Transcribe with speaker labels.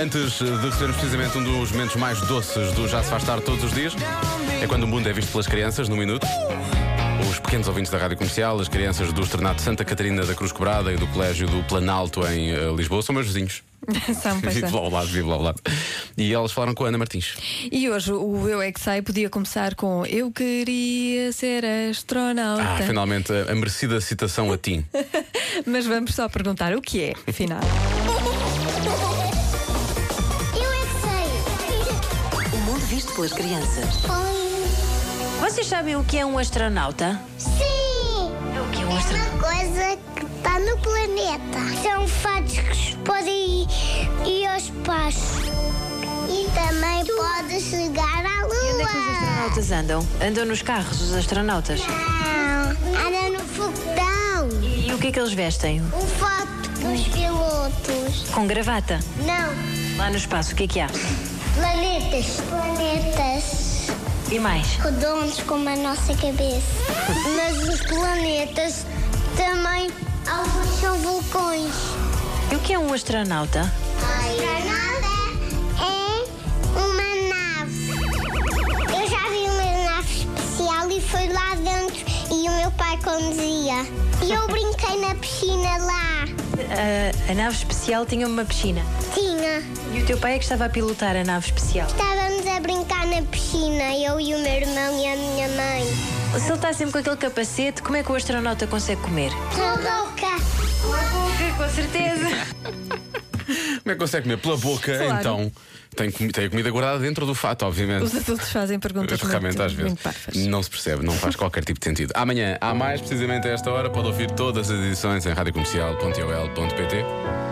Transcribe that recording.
Speaker 1: Antes de recebermos precisamente um dos momentos mais doces do Já se faz tarde todos os dias, é quando o mundo é visto pelas crianças, no minuto. Os pequenos ouvintes da Rádio Comercial, as crianças do Externato Santa Catarina da Cruz Cobrada e do Colégio do Planalto em eh, Lisboa, são meus vizinhos.
Speaker 2: São, pois é.
Speaker 1: Vivo
Speaker 2: são.
Speaker 1: lá ao lado, vivo lá ao lado. E elas falaram com a Ana Martins.
Speaker 2: E hoje o Eu É Que Sei podia começar com Eu queria ser astronauta.
Speaker 1: Ah, finalmente, a, a merecida citação a ti.
Speaker 2: Mas vamos só perguntar o que é, afinal.
Speaker 3: Eu é que
Speaker 4: O mundo visto pelas crianças.
Speaker 3: sei.
Speaker 5: Vocês sabem o que é um astronauta?
Speaker 3: Sim!
Speaker 5: É o que é um
Speaker 3: É
Speaker 5: astronauta?
Speaker 3: uma coisa que está no planeta. São fatos que podem ir, ir ao espaço. E também pode chegar à
Speaker 5: Onde é que os
Speaker 3: lua.
Speaker 5: astronautas andam? Andam nos carros, os astronautas.
Speaker 3: Não, anda no foguetão.
Speaker 5: E o que é que eles vestem?
Speaker 3: Um fato dos pilotos.
Speaker 5: Com gravata.
Speaker 3: Não,
Speaker 5: Lá no espaço, o que é que há?
Speaker 3: planetas. Planetas.
Speaker 5: E mais?
Speaker 3: redondos como a nossa cabeça. Mas os planetas também, alguns são vulcões.
Speaker 5: E o que é um astronauta?
Speaker 3: Astronauta é uma nave. Eu já vi uma nave especial e foi lá dentro e o meu pai conduzia. E eu brinquei na piscina lá.
Speaker 5: A, a nave especial tinha uma piscina.
Speaker 3: Tinha.
Speaker 5: E o teu pai é que estava a pilotar a nave especial.
Speaker 3: Estávamos a brincar na piscina, eu e o meu irmão e a minha mãe.
Speaker 5: Se ele está sempre com aquele capacete, como é que o astronauta consegue comer?
Speaker 3: Tô louca.
Speaker 5: Com certeza.
Speaker 1: Como é que consegue comer? Pela boca,
Speaker 2: Claro.
Speaker 1: então. Tem, comi- tem a comida guardada dentro do fato, obviamente.
Speaker 2: Os adultos fazem perguntas
Speaker 1: Realmente,
Speaker 2: muito,
Speaker 1: às vezes,
Speaker 2: muito parvas.
Speaker 1: não se percebe, não faz qualquer tipo de sentido. Amanhã, há mais, precisamente a esta hora, pode ouvir todas as edições em radiocomercial.ol.pt.